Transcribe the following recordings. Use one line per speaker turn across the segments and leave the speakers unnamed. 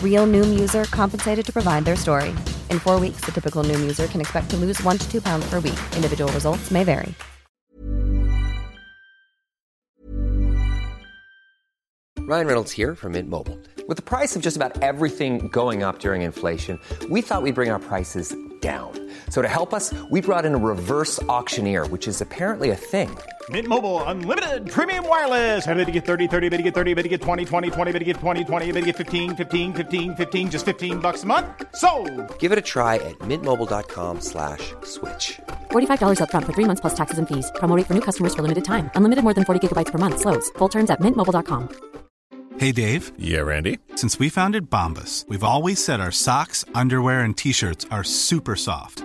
Real Noom user compensated to provide their story. In four weeks, the typical Noom user can expect to lose one to two pounds per week. Individual results may vary.
Ryan Reynolds here from Mint Mobile. With the price of just about everything going up during inflation, we thought we'd bring our prices down. So to help us, we brought in a reverse auctioneer, which is apparently a thing.
Mint Mobile unlimited premium wireless. Ready to get 30, 30, bit to get 30, bit to get 20, 20, 20, bit to get 20, 20, bit to get 15, 15, 15, 15 just 15 bucks a month. So,
Give it a try at mintmobile.com/switch. slash
$45 up front for 3 months plus taxes and fees. Promo for new customers for limited time. Unlimited more than 40 gigabytes per month slows. Full terms at mintmobile.com.
Hey Dave.
Yeah, Randy.
Since we founded Bombus, we've always said our socks, underwear and t-shirts are super soft.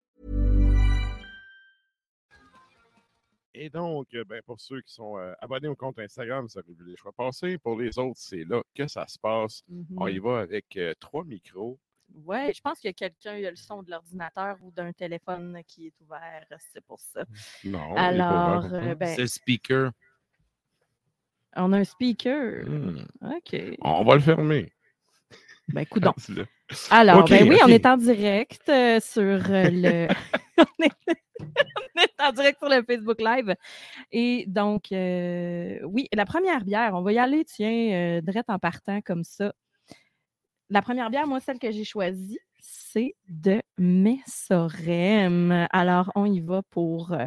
Et donc, ben, pour ceux qui sont euh, abonnés au compte Instagram, ça arrive les choix passés. Pour les autres, c'est là que ça se passe. Mm -hmm. On y va avec euh, trois micros.
Oui, je pense qu'il y a quelqu'un, il y a le son de l'ordinateur ou d'un téléphone qui est ouvert. C'est pour ça.
Mmh.
Non,
alors,
euh, ben, c'est le speaker. Mmh.
On a un speaker.
Hmm,
Mm. OK.
On va le fermer.
Ben, coudon. Alors, okay, ben oui, okay. on est en direct euh, sur euh, le. on, est... on, est... en direct sur le Facebook Live. Et donc, euh, oui, la première bière, on va y aller, tiens, direct en partant comme ça. La première bière, moi, celle que j'ai choisie, c'est de Messorem. Alors, on y va pour. euh,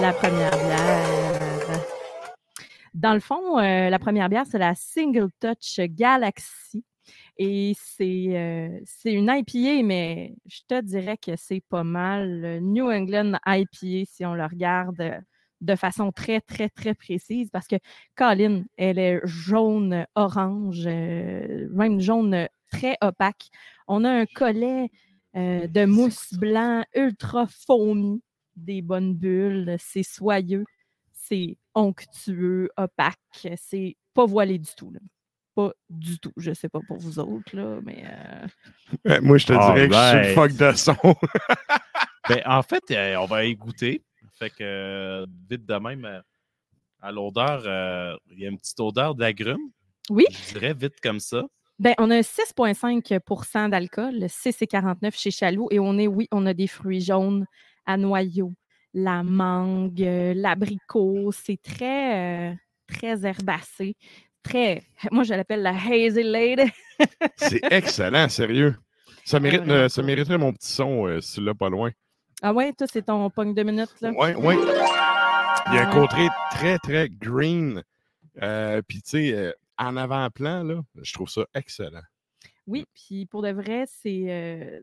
La première bière. Dans le fond, euh, la première bière, c'est la Single Touch Galaxy. Et c'est euh, une IPA, mais je te dirais que c'est pas mal. New England IPA, si on le regarde euh, de façon très, très, très précise, parce que Colin, elle est jaune-orange, euh, même jaune très opaque. On a un collet euh, de mousse blanc ultra foamy des bonnes bulles, c'est soyeux, c'est onctueux, opaque, c'est pas voilé du tout. Là. Pas du tout. Je sais pas pour vous autres, là, mais. Euh...
Ouais, Ben, moi, je te All dirais right. que je suis le fuck de son.
ben, en fait, euh, on va y goûter. Fait que, euh, vite de même, à l'odeur, euh, il y a une petite odeur d'agrumes.
Oui.
Je dirais vite comme ça.
Ben, on a 6,5 d'alcool, 6,49 chez Chaloux, et on est, oui, on a des fruits jaunes, à noyaux, la mangue, l'abricot. C'est très, euh, très herbacé. Très, moi, je l'appelle la Hazy Lady.
c'est excellent, sérieux. Ça, mérite, ah, euh, ça mériterait mon petit son, euh, celui-là, pas loin.
Ah ouais, toi, c'est ton pogne de minutes, là?
Oui, oui. Il y a un côté très, très green. Euh, Puis, tu sais, en avant-plan, là, je trouve ça excellent.
Oui, puis pour de vrai, c'est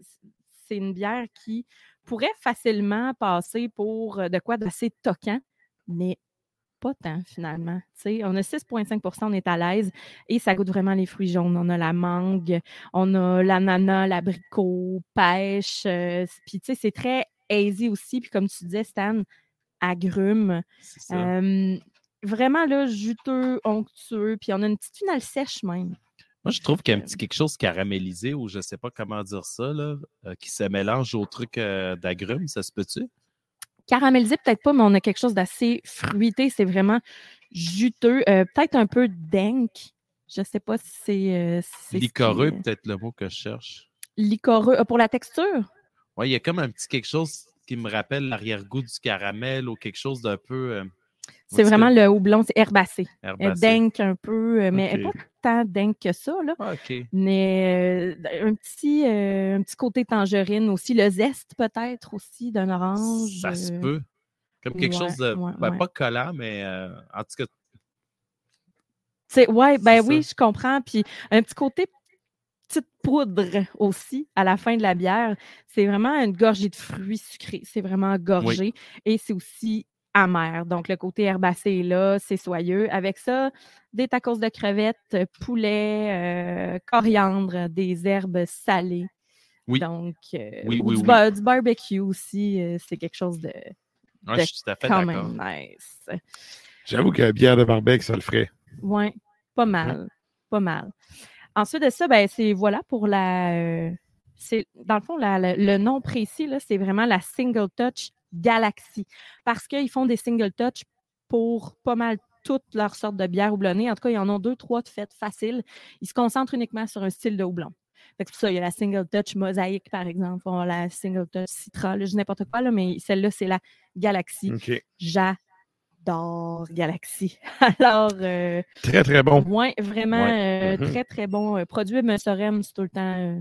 c'est une bière qui pourrait facilement passer pour de quoi d'assez toquant, mais pas tant finalement. T'sais, on a 6,5 on est à l'aise et ça goûte vraiment les fruits jaunes. On a la mangue, on a l'ananas, l'abricot, pêche. Euh, puis tu sais, c'est très easy aussi. Puis comme tu disais, Stan, agrumes. Euh, vraiment là, juteux, onctueux. Puis on a une petite finale sèche même.
Moi, je trouve qu'il y a un petit quelque chose caramélisé ou je ne sais pas comment dire ça, là, euh, qui se mélange au truc euh, d'agrumes, ça se peut-tu?
Caramélisé, peut-être pas, mais on a quelque chose d'assez fruité. C'est vraiment juteux, euh, peut-être un peu dank. Je ne sais pas si c'est. euh, si c'est ce qui-
Licoreux, peut-être le mot que je cherche.
Licoreux. Ah, pour la texture?
Ouais, il y a comme un petit quelque chose qui me rappelle l'arrière-goût du caramel ou quelque chose d'un peu. euh, on
C'est
dirait-
vraiment le houblon, c'est herbacé.
Herbacé.
Euh, Dank un peu, euh, mais
Ok. Ah,
pas tant dank que ça. Là.
OK.
Mais euh, un, petit, euh, un petit côté tangerine aussi, le zeste peut-être aussi d'un orange.
Ça se
euh,
peut. Comme quelque
ouais,
chose de.
ouais,
ben,
ouais.
pas collant, mais euh, en tout cas,
C'est- ouais, ben
C'est
oui,
ça.
je comprends. Puis un petit côté petite poudre aussi à la fin de la bière. C'est vraiment une gorgée de fruits sucrés. C'est vraiment gorgé. Et c'est aussi amer. Donc le côté herbacé est là, c'est soyeux. Avec ça, des tacos de crevettes, euh, poulet, euh, coriandre, des herbes salées.
Oui.
Donc, euh,
Oui,
ou
oui,
du,
oui.
ba- du barbecue aussi, euh, c'est quelque chose de,
Ouais,
de
je suis tout à fait
quand
d'accord.
même nice.
J'avoue que bière de barbecue, ça le ferait.
Oui, pas mal. Pas mal. Ensuite de ça, ben, c'est voilà pour la. euh, c'est, dans le fond, la- la- le nom précis, là, c'est vraiment la Single Touch Galaxy. Parce qu'ils font des Single Touch pour pas mal toutes leurs sortes de bières houblonnées. En tout cas, ils en ont deux, trois de faites faciles. Ils se concentrent uniquement sur un style de houblon. Fait que c'est pour ça, il y a la Single Touch Mosaïque, par exemple, ou la Single Touch Citra, là, je dis n'importe quoi, là, mais celle-là, c'est la Galaxy.
OK.
J'adore Galaxy. Alors, euh,
Très, très bon.
Ouais, vraiment
Ouais.
euh,
Mhm.
très, très bon euh, produit. Mais Sorem, c'est tout le temps euh,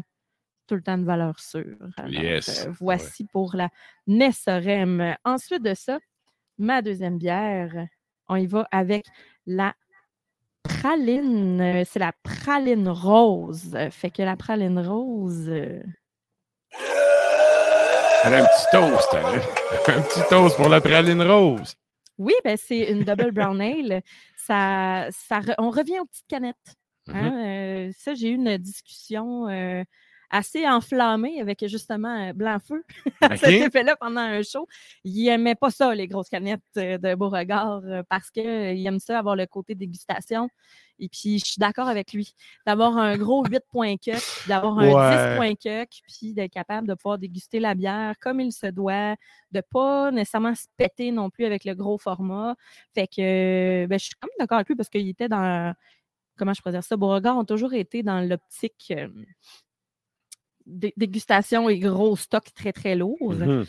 tout le temps de valeur sûre. Alors,
Yes.
euh, voici pour la Nessorem. Ensuite de ça, ma deuxième bière, on y va avec la praline. Euh, C'est la praline rose. Euh, Fait que la praline rose. euh,
Elle a un petit toast. elle. un petit toast pour la praline rose.
Oui, ben c'est une double brown ale. Ça, ça re- on revient aux petites canettes. hein. Euh, ça, j'ai eu une discussion euh, assez enflammée avec justement euh, Blanc-Feu à
Ok.
cet effet-là pendant un show. Il n'aimait pas ça, les grosses canettes euh, de Beauregard, euh, parce qu'il aime ça avoir le côté dégustation. Et puis, je suis d'accord avec lui. D'avoir un gros 8 points cuck, puis d'avoir un
Ouais.
10 points cuck, puis d'être capable de pouvoir déguster la bière comme il se doit, de pas nécessairement se péter non plus avec le gros format. Fait que, euh, ben, je suis quand même d'accord avec lui parce qu'il était dans, comment je pourrais dire ça, Beauregard ont toujours été dans l'optique euh, dé- dégustation et gros stock très, très lourd.
Mhm.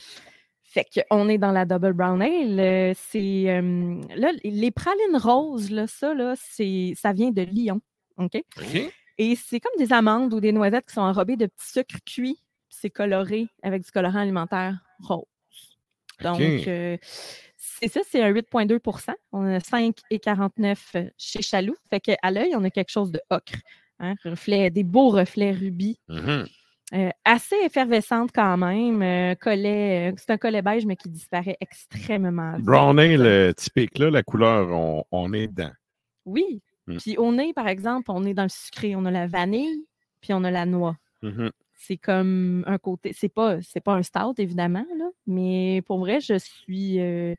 Fait qu'on est dans la double brown ale. euh, c'est euh, là, les pralines roses, là, ça, là, c'est, ça vient de Lyon. OK? Et c'est comme des amandes ou des noisettes qui sont enrobées de petits sucres cuits. puis C'est coloré avec du colorant alimentaire rose. Donc,
OK.
euh, c'est ça, c'est un 8,2 On a 5,49 chez Chaloux. Fait qu'à l'œil, on a quelque chose de ocre. hein, reflet, des beaux reflets rubis.
Mhm.
Euh, assez effervescente quand même. euh, collet, euh, c'est un collet beige, mais qui disparaît extrêmement vite.
Brown ale euh, typique, là, la couleur, on, on est dedans.
Oui.
Mm.
Puis au nez, par exemple, on est dans le sucré. On a la vanille, puis on a la noix.
Mhm.
C'est comme un côté. C'est pas, c'est pas un stout, évidemment, là, mais pour vrai, je suis. euh,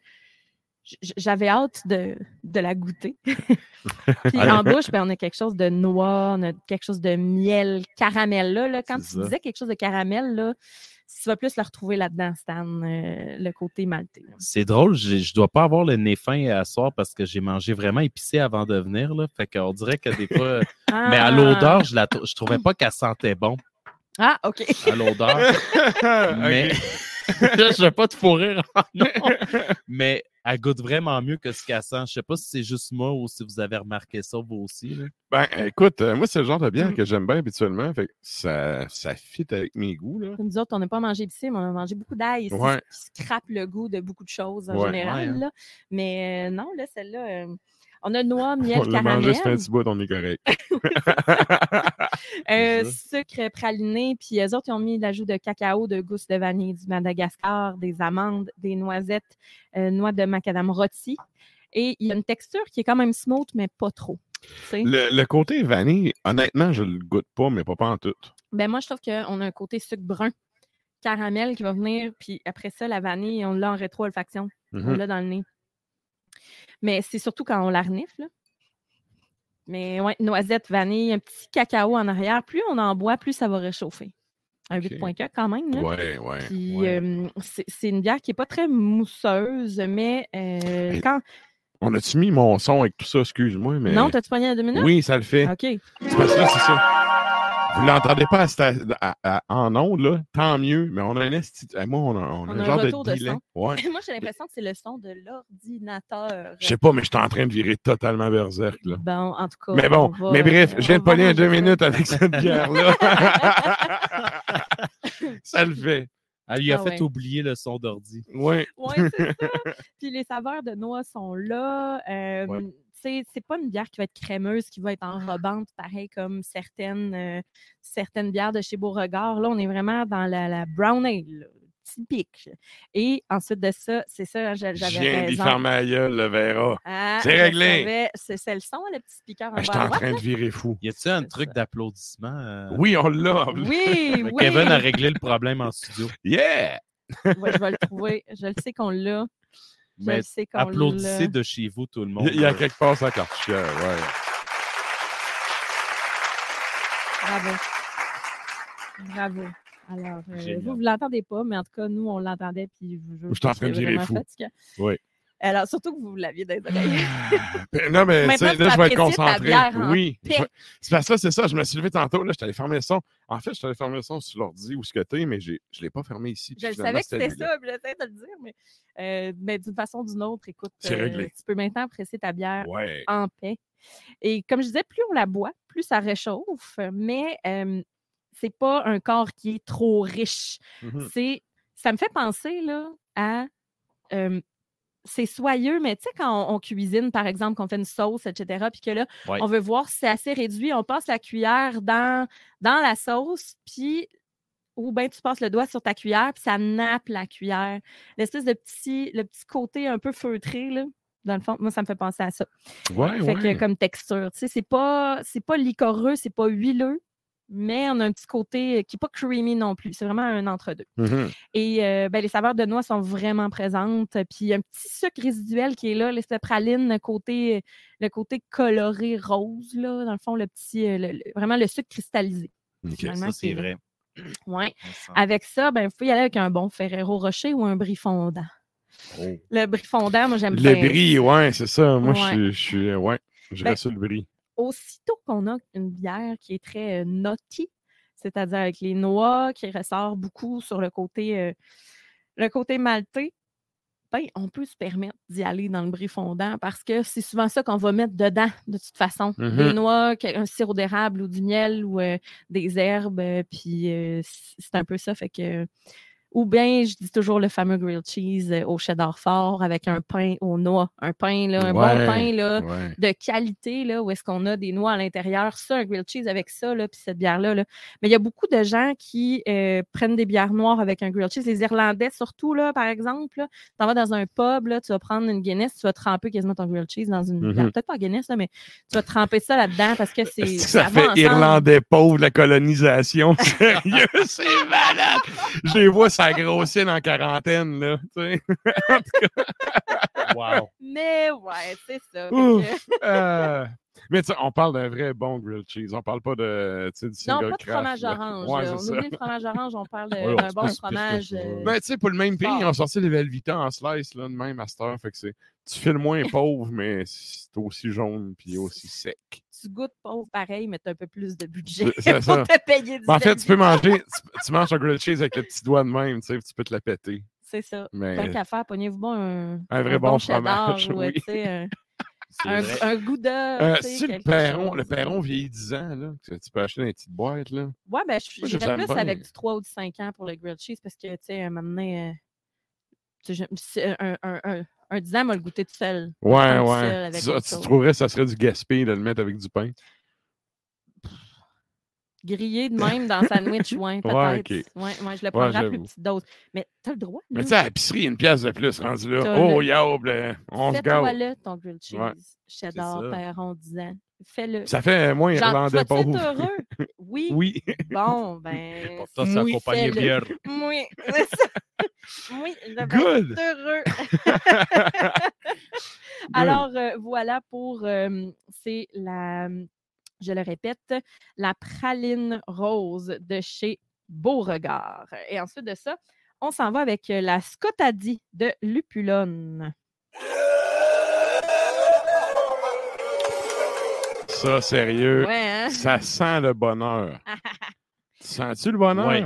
j- j- j'avais hâte de, de la goûter. Puis en bouche, ben, on a quelque chose de noir, on a quelque chose de miel, caramel. Là, là. quand
C'est
tu
ça.
disais quelque chose de caramel, là, tu vas plus le retrouver là-dedans, Stan, euh, le côté maltais.
c'est drôle. j'ai- Je dois pas avoir le nez fin à soir parce que j'ai mangé vraiment épicé avant de venir. Là. Fait qu'on dirait que des fois.
Ah.
Mais à l'odeur, je, la trou- je trouvais pas qu'elle sentait bon
Ah, OK.
à l'odeur. mais. je vais pas te fourrir. non. Mais elle goûte vraiment mieux que ce qu'elle sent. Je sais pas si c'est juste moi ou si vous avez remarqué ça vous aussi. là.
Ben, écoute, euh, moi, c'est le genre de
Mmh.
bière que j'aime bien habituellement. Fait que ça, ça fit avec mes goûts, là.
Nous autres, on n'a pas mangé épicé, mais on a mangé beaucoup d'ail. ici,
Ouais.
Ce qui scrape le goût de beaucoup de choses en
Ouais.
général.
Ouais, hein.
là. Mais euh, non, là, celle-là, euh, on a noix, miel,
on l'a mangé,
caramel,
ça fait un petit bout, on est correct.
euh,
C'est
sucre praliné. Puis eux autres, ils ont mis l'ajout de cacao, de gousses de vanille du Madagascar, des amandes, des noisettes, euh, noix de macadam rôti. Et il y a une texture qui est quand même smooth, mais pas trop. tu sais.
le, le côté vanille, honnêtement, je le goûte pas, mais pas, pas en tout.
Ben moi, je trouve qu'on a un côté sucre brun, caramel qui va venir, puis après ça, la vanille, on l'a en rétro-olfaction. On
Mm.
Mhm.
l'a dans le nez. Mais c'est surtout quand on la renifle. là. Mais ouais, noisette, vanille, un petit cacao en arrière. Plus on en boit, plus ça va réchauffer. Un 8.4 quand même. là.
Ouais, ouais,
Puis
ouais.
euh, c'est c'est une bière qui n'est pas très mousseuse, mais euh,
Elle-
quand,
On a-tu mis mon son avec tout ça, excuse-moi, mais.
Non, t'as-tu pogné à deux minutes?
Oui, ça le fait.
OK.
C'est parce que là, c'est ça. Vous l'entendez pas à sta- à- à- en ondes, là, tant mieux, mais on a un esti- eh, Moi, on a, on a
On
un
a un
genre
retour
de
de
delay.
son.
Ouais.
Moi, j'ai l'impression que c'est le son de l'ordinateur.
Je sais pas, mais je suis en train de virer totalement berserk, là.
Bon, en tout cas.
Mais bon,
on va-
mais bref, je viens de
on va
pogner un deux
manger ça.
minutes avec cette bière-là. ça le fait.
Elle lui a
Ah
fait
ouais.
oublier le son d'ordi.
Oui.
Oui, c'est ça. Puis les saveurs de noix sont là. Euh,
Ouais.
tu sais, C'est pas une bière qui va être crémeuse, qui va être enrobante, pareil comme certaines, euh, certaines bières de chez Beauregard. Là, on est vraiment dans la, la brown ale, là, typique. Et ensuite de ça, c'est ça, hein, j'a- j'avais
Viens d'y
raison.
faire ma gueule, le verra.
Ah,
C'est
je
réglé.
savais. C'est c'est le son, le petit speaker en
Ah, Je suis
bas à
en
droite,
train de
là.
virer fou.
Y a-t-il un truc d'applaudissement? euh?
Oui, on l'a.
Oui,
Mais
oui.
Kevin a réglé le problème en studio.
Yeah!
Ouais, je vais le trouver. Je le sais qu'on l'a. Je
Mais
le sais qu'on l'a.
applaudissez de chez vous, tout le monde.
Il y a quelque part sa cartouchière, ouais.
Bravo. Bravo. Alors, euh,
Génial.
vous, vous l'entendez pas, mais en tout cas, nous, on l'entendait, puis je vous jure
Je suis en train de
c'est
virer
vraiment
fou.
fatigant.
Oui.
Alors, surtout que vous l'aviez dans les oreilles.
Ben, Non, mais
Maintenant,
tu sais,
tu
là, je vais être
apprécies ta
concentré.
bière en
Oui. je
paix.
vais- C'est parce que ça, c'est ça. Je me suis levé tantôt. Là, je t'allais fermer le son. En fait, je t'allais fermer le son sur l'ordi ou ce que t'es, mais j'ai- je ne l'ai pas fermé ici.
Je
puis
le
finalement,
savais que c'était
lui-là.
ça, puis j'essaie de le dire, mais, euh, mais d'une façon ou d'une autre, écoute, euh,
C'est réglé.
tu peux maintenant presser ta bière
Ouais.
en paix. Et comme je disais, plus on la boit, plus ça réchauffe, mais euh, c'est pas un corps qui est trop riche.
Mm.
Mhm.
C'est, ça me fait penser là, à euh, c'est soyeux, mais tu sais, quand on, on cuisine, par exemple, qu'on fait une sauce, etc., puis que là,
Ouais.
on veut voir si c'est assez réduit, on passe la cuillère dans, dans la sauce, puis ou bien tu passes le doigt sur ta cuillère, puis ça nappe la cuillère. L'espèce de petit, le petit côté un peu feutré, là, dans le fond, moi, ça me fait penser à ça.
Ouais,
fait
ouais.
que comme texture, tu sais, c'est pas, c'est pas licoreux, c'est pas huileux, mais on a un petit côté euh, qui n'est pas creamy non plus. C'est vraiment un entre-deux.
Mhm.
Et euh, ben, les saveurs de noix sont vraiment présentes. Puis un petit sucre résiduel qui est là, l'espèce de praline, le côté, le côté coloré rose, là, dans le fond, le petit, euh, le- le- vraiment le sucre cristallisé. finalement,
é
ça,
qui
c'est
est là.
vrai.
Ouais. Avec ça, ben, faut y aller avec un bon Ferrero Rocher ou un brie fondant. Le brie fondant, moi, j'aime bien.
Le bris, ouais, c'est ça. Moi,
ben, Ouais.
je suis- je suis. Ouais, je
Ben,
reste sur le bris.
aussitôt qu'on a une bière qui est très euh, nutty, c'est-à-dire avec les noix qui ressort beaucoup sur le côté, euh, le côté maltais, ben, on peut se permettre d'y aller dans le brie fondant parce que c'est souvent ça qu'on va mettre dedans, de toute façon. Des
Mhm.
noix, que- un sirop d'érable ou du miel ou euh, des herbes, euh, puis euh, c- c'est un peu ça. Fait que. Ou bien, je dis toujours le fameux grilled cheese euh, au cheddar fort avec un pain aux noix. Un pain, là, un bon
Ouais,
pain là,
ouais.
de qualité, là, où est-ce qu'on a des noix à l'intérieur. Ça, un grilled cheese avec ça, là, puis cette bière-là. là. Mais il y a beaucoup de gens qui euh, prennent des bières noires avec un grilled cheese. Les Irlandais, surtout, là, par exemple. là. Tu t'en vas dans un pub, là, tu vas prendre une Guinness, tu vas tremper quasiment ton grilled cheese dans une
Mhm.
bière. Peut-être pas Guinness, là, mais tu vas tremper ça là-dedans parce que c'est.
Est-ce que ça
va
fait
ensemble.
Irlandais pauvre, la colonisation? Sérieux, c'est malade! Je les vois, ça grossit en quarantaine, là. tu sais. en tout cas. Wow!
Mais ouais, c'est ça. Fait
Ouf!
que-
Euh, mais tu sais, on parle d'un vrai bon grilled cheese. On parle pas de, tu sais, du
Non,
single
pas de
craft,
fromage
là.
orange.
Ouais,
là.
c'est
on
ça.
oublie le fromage orange, on parle de-
Ouais,
d'un
c'est
bon
plus- plus que
fromage.
ça.
euh,
Ben, tu sais, pour le même prix, ils ont sorti les Velvita en slice, là, de même à cette heure. Fait que c'est, tu fais le moins pauvre, mais c'est aussi jaune puis aussi sec.
tu goûtes pauvre pareil, mais tu as un peu plus de budget
C'est
pour
ça.
te payer du
Mais Ben, en fait,
Velveeta.
tu peux manger, tu, tu manges un grilled cheese avec le petit doigt de même, tu sais, puis tu peux te la péter.
C'est ça.
Mais-
Tant qu'à faire, pognez-vous bon un,
Un vrai bon
cheddar
fromage,
ou, euh,
oui.
tu sais, un,
C'est
un-
vrai.
un goût d'œuf.
Euh,
tu sais,
c'est le
quelque
perron,
chose.
le perron vieillit 10 ans, là, que tu peux acheter dans les petites boîtes, là.
Ouais, ben, je
Moi,
j'irais
j'aime
plus
bien.
avec du 3 ou du 5 ans pour le grilled cheese parce que, tu sais, à un moment donné, euh, tu sais, j'aime- c'est un, un, un, un 10 ans m'a le goûter tout seul.
Ouais,
Un tout seul
ouais.
avec
Ça,
autre
tu
chose.
trouverais que ça serait du gaspillage de le mettre avec du pain?
grillé de même dans le sandwich, ouais, peut-être.
Ouais,
Ouais,
ok.
ouais, je
Ouais,
le prendrais à plus
j'avoue.
petite dose. Mais t'as le droit.
Mais
là.
tu sais, à l'épicerie, une pièce de plus rendu là.
T'as
Oh,
le-
yable, euh, on se
Fais-toi
gâte.
là ton grilled cheese,
Ouais,
cheddar,
c'est ça.
perron, 10 ans. Fais-le.
Ça fait moins
Genre,
irlandais
tu vas-tu être
pauvre.
heureux? Oui.
Oui.
Bon, ben.
Pourtant, c'est
oui,
accompagné
fais-le.
bière.
Oui, c'est ça. Oui, je vais
Good.
être heureux.
Good.
Alors, euh, voilà pour. euh, c'est la. Je le répète, la praline rose de chez Beauregard. Et ensuite de ça, on s'en va avec euh, la Scotadie de Lupulone.
ça, sérieux.
Ouais, hein?
Ça sent le bonheur. Sens-tu le bonheur?
Ouais.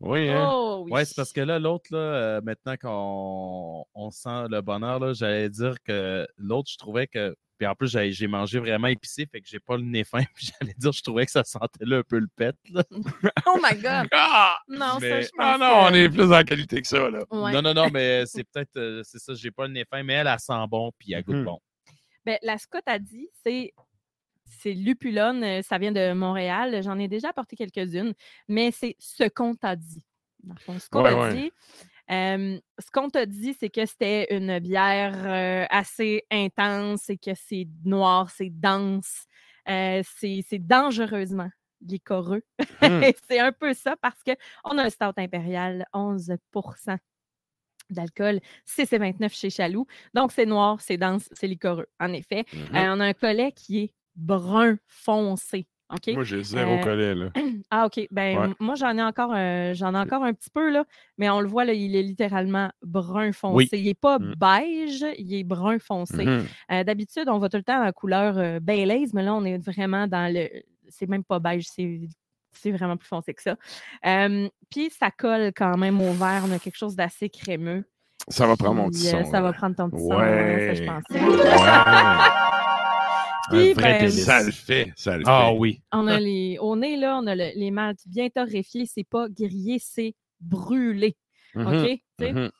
Oui, hein?
Oh, oui.
Ouais, c'est parce que là, l'autre, là, euh, maintenant qu'on on sent le bonheur, là, j'allais dire que l'autre, je trouvais que. Puis en plus, j'ai, j'ai mangé vraiment épicé, fait que j'ai pas le nez fin. Puis j'allais dire, je trouvais que ça sentait là un peu le pet. Là.
Oh my God!
Ah!
Non,
Mais-
ça, je pense
Ah non,
que-
on est plus en qualité que ça, là.
Ouais.
Non, non, non, mais c'est peut-être. euh, c'est ça, j'ai pas le nez fin, mais elle, elle sent bon, puis elle goûte
Mhm.
bon.
Ben, la Scott a dit, c'est. C'est lupulone, euh, ça vient de Montréal. J'en ai déjà apporté quelques-unes, mais c'est ce qu'on t'a dit. Dans le fond, ce qu'on
Ouais,
t'a
ouais.
dit, euh, ce qu'on t'a dit, c'est que c'était une bière euh, assez intense et que c'est noir, c'est dense, euh, c'est c'est dangereusement licoreux.
Hmm.
Et c'est un peu ça parce que on a un stout impérial, 11 d'alcool, 6 et 29 chez Chaloux. Donc, c'est noir, c'est dense, c'est licoreux, en effet.
Mhm.
Euh, on a un collet qui est brun foncé. OK?
Moi, j'ai zéro
Euh,
collet, là.
Ah, OK. Ben,
Ouais.
m- moi, j'en ai encore un, j'en ai encore un petit peu, là. Mais on le voit, là, il est littéralement brun foncé. Il n'est pas
Mm.
beige, il est brun foncé.
Mhm.
Euh, D'habitude, on va tout le temps en couleur euh, beilaise, mais là, on est vraiment dans le. C'est même pas beige, c'est. C'est vraiment plus foncé que ça. Euh, Puis ça colle quand même au verre. On a quelque chose d'assez crémeux.
Ça va prendre mon petit
Puis, euh,
son. là.
Ça va prendre ton petit son. ouais,
Ouais.
ça, je pensais.
Ouais.
Puis, ben,
Ça le fait, ça le fait.
Ah oui.
on a les, au nez, là, on a le- les maltes bien torréfiés. C'est pas grillé, c'est brûlé.
Mhm,
OK? Tu sais?
mhm.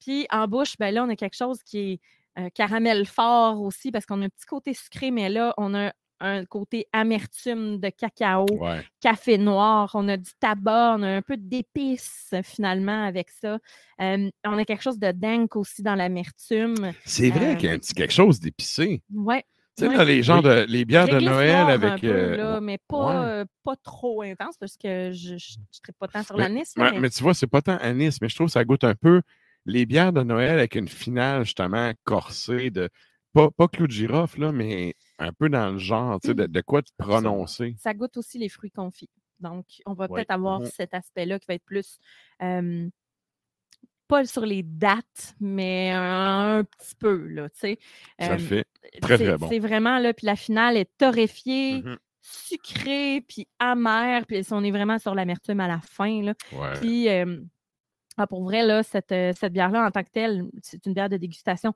Puis en bouche, ben là, on a quelque chose qui est euh, caramel fort aussi, parce qu'on a un petit côté sucré, mais là, on a un côté amertume de cacao,
Ouais.
café noir, on a du tabac, on a un peu d'épices euh, finalement avec ça. Euh, on a quelque chose de dingue aussi dans l'amertume.
C'est vrai
Euh,
qu'il y a un petit quelque chose d'épicé.
Ouais.
Tu sais,
ouais.
dans les gens
Oui.
de les bières de
Réglisse
Noël
noire un
avec.
peu,
euh,
là, mais pas,
ouais.
euh, pas trop intense parce que je ne traite pas tant sur
Mais-
l'anis. là,
Ouais, mais tu vois, c'est pas tant anis, mais je trouve que ça goûte un peu les bières de Noël avec une finale justement corsée de. Pas, pas clou de girofle, là, mais un peu dans le genre, tu sais, de, de quoi te prononcer.
ça goûte aussi les fruits confits. Donc, on va
Ouais.
peut-être avoir
Mhm.
cet aspect-là qui va être plus, euh, pas sur les dates, mais un, un petit peu, là, tu sais.
Ça
Euh,
le fait. Très,
c'est-
très bon.
C'est vraiment, là, puis la finale est torréfiée,
Mhm.
sucrée, puis amère, puis on est vraiment sur l'amertume à la fin, là.
Ouais.
Puis, euh, ah, pour vrai, là, cette, euh, cette bière-là, en tant que telle, c'est une bière de dégustation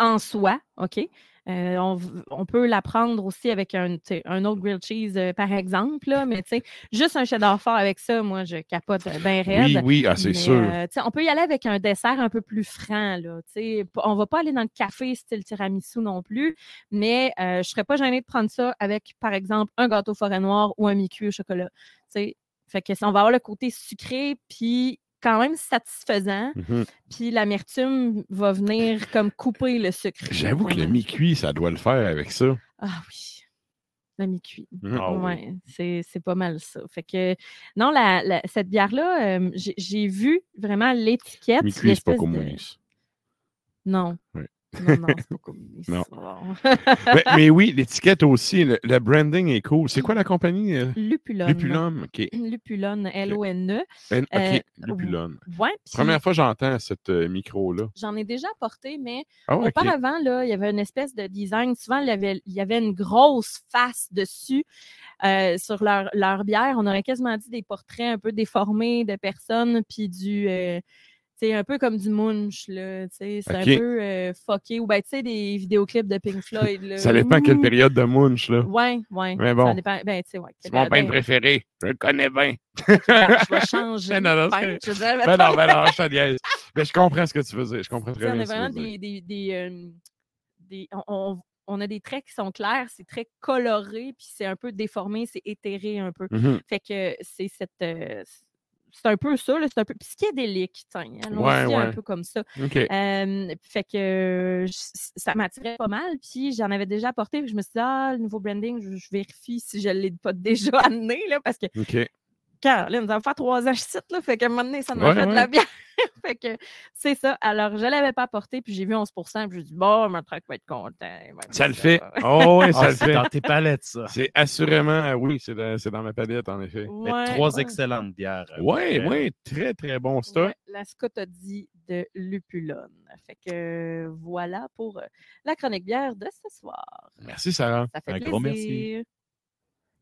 en soi, OK? Euh, on, v- on peut la prendre aussi avec un, tu sais, un autre grilled cheese, euh, par exemple, là, mais tu sais, juste un cheddar fort avec ça, moi, je capote bien raide.
Oui, oui, ah, c'est
Mais,
sûr.
euh, tu sais, on peut y aller avec un dessert un peu plus franc. Là, tu sais. P- on va pas aller dans le café style tiramisu non plus, mais euh, je serais pas gênée de prendre ça avec, par exemple, un gâteau forêt noire ou un mi-cuit au chocolat. tu sais. Fait que ça, on va avoir le côté sucré, puis quand même satisfaisant,
Mhm.
puis l'amertume va venir comme couper le sucre.
J'avoue que le
Ouais.
mi-cuit, ça doit le faire avec ça.
Ah oui, le mi-cuit.
Mhm.
Ah
é.
oui.
Ouais, c'est- c'est pas mal ça. Fait que, non, la, la- cette bière-là, euh, j'ai- j'ai vu vraiment l'étiquette.
Mi-cuit, c'est pas
l'espèce
comme
de- Non.
Ouais.
Non, non, c'est pas communiste.
Non.
Bon.
mais, mais oui, l'étiquette aussi, le, le branding est cool. C'est quoi la compagnie? euh,
Lupulone.
Lupulum. OK.
Lupulone, L-O-N-E.
N- OK,
Euh,
Lupulum.
Ouais, puis
Première fois que j'entends cette euh, micro-là.
j'en ai déjà porté, mais
Ah, OK.
auparavant, là, il y avait une espèce de design. Souvent, il y avait, il y avait une grosse face dessus euh, sur leur, leur bière. On aurait quasiment dit des portraits un peu déformés de personnes, puis du. euh, tu sais, un peu comme du munch, là. tu sais, C'est
OK.
un peu euh, fucké. Ou ben, tu sais, des vidéoclips de Pink Floyd. Là.
Ça dépend quelle
Ouh.
période de Munch, là.
Ouais, ouais.
Mais bon.
Ça dépend. Ben, tu sais, ouais.
C'est mon pain
Ben, Ah,
préféré. Je le connais bien.
je vais changer.
Ben non, non,
de
c'est-
pain, je veux dire,
Ben non, ben non, je te niaise. Mais je comprends ce que tu veux dire. Je comprends
Tu sais,
très
on
bien
a
ce que
vraiment
tu veux dire.
des, des, des, euh, des- on, on- on a des traits qui sont clairs, c'est très coloré, puis c'est un peu déformé, c'est éthéré un peu.
Mhm.
Fait que c'est cette. euh, c'est un peu ça, là, c'est un peu psychédélique, tiens, allons-y
Ouais,
un
ouais.
peu comme ça.
OK.
Euh, fait que je- ça m'attirait pas mal, puis j'en avais déjà apporté, puis je me suis dit, ah, le nouveau branding, je, je vérifie si je l'ai pas déjà amené, là, parce que
OK.
car là, ça va faire trois ans que je cite, là, fait qu'à un moment donné, ça m'a
Ouais,
fait de la
ouais.
bière. fait que c'est ça. Alors, je l'avais pas porté, puis j'ai vu 11 puis j'ai dit, bon, mon truc va être content. il va aimer
Ça le fait. Oh, ouais, ça
Ah,
le
c'est
fait.
dans tes palettes, ça.
C'est assurément, euh, oui, c'est dans, c'est dans ma palette, en effet.
Mais
Ouais,
trois
ouais.
excellentes bières. euh,
Oui,
pour vrai.
oui, très, très bon
Ouais,
stock.
la Scott a dit de lupulone. Fait que euh, voilà pour euh, la chronique bière de ce soir.
Merci, Sarah.
Ça fait
Un gros merci.
plaisir.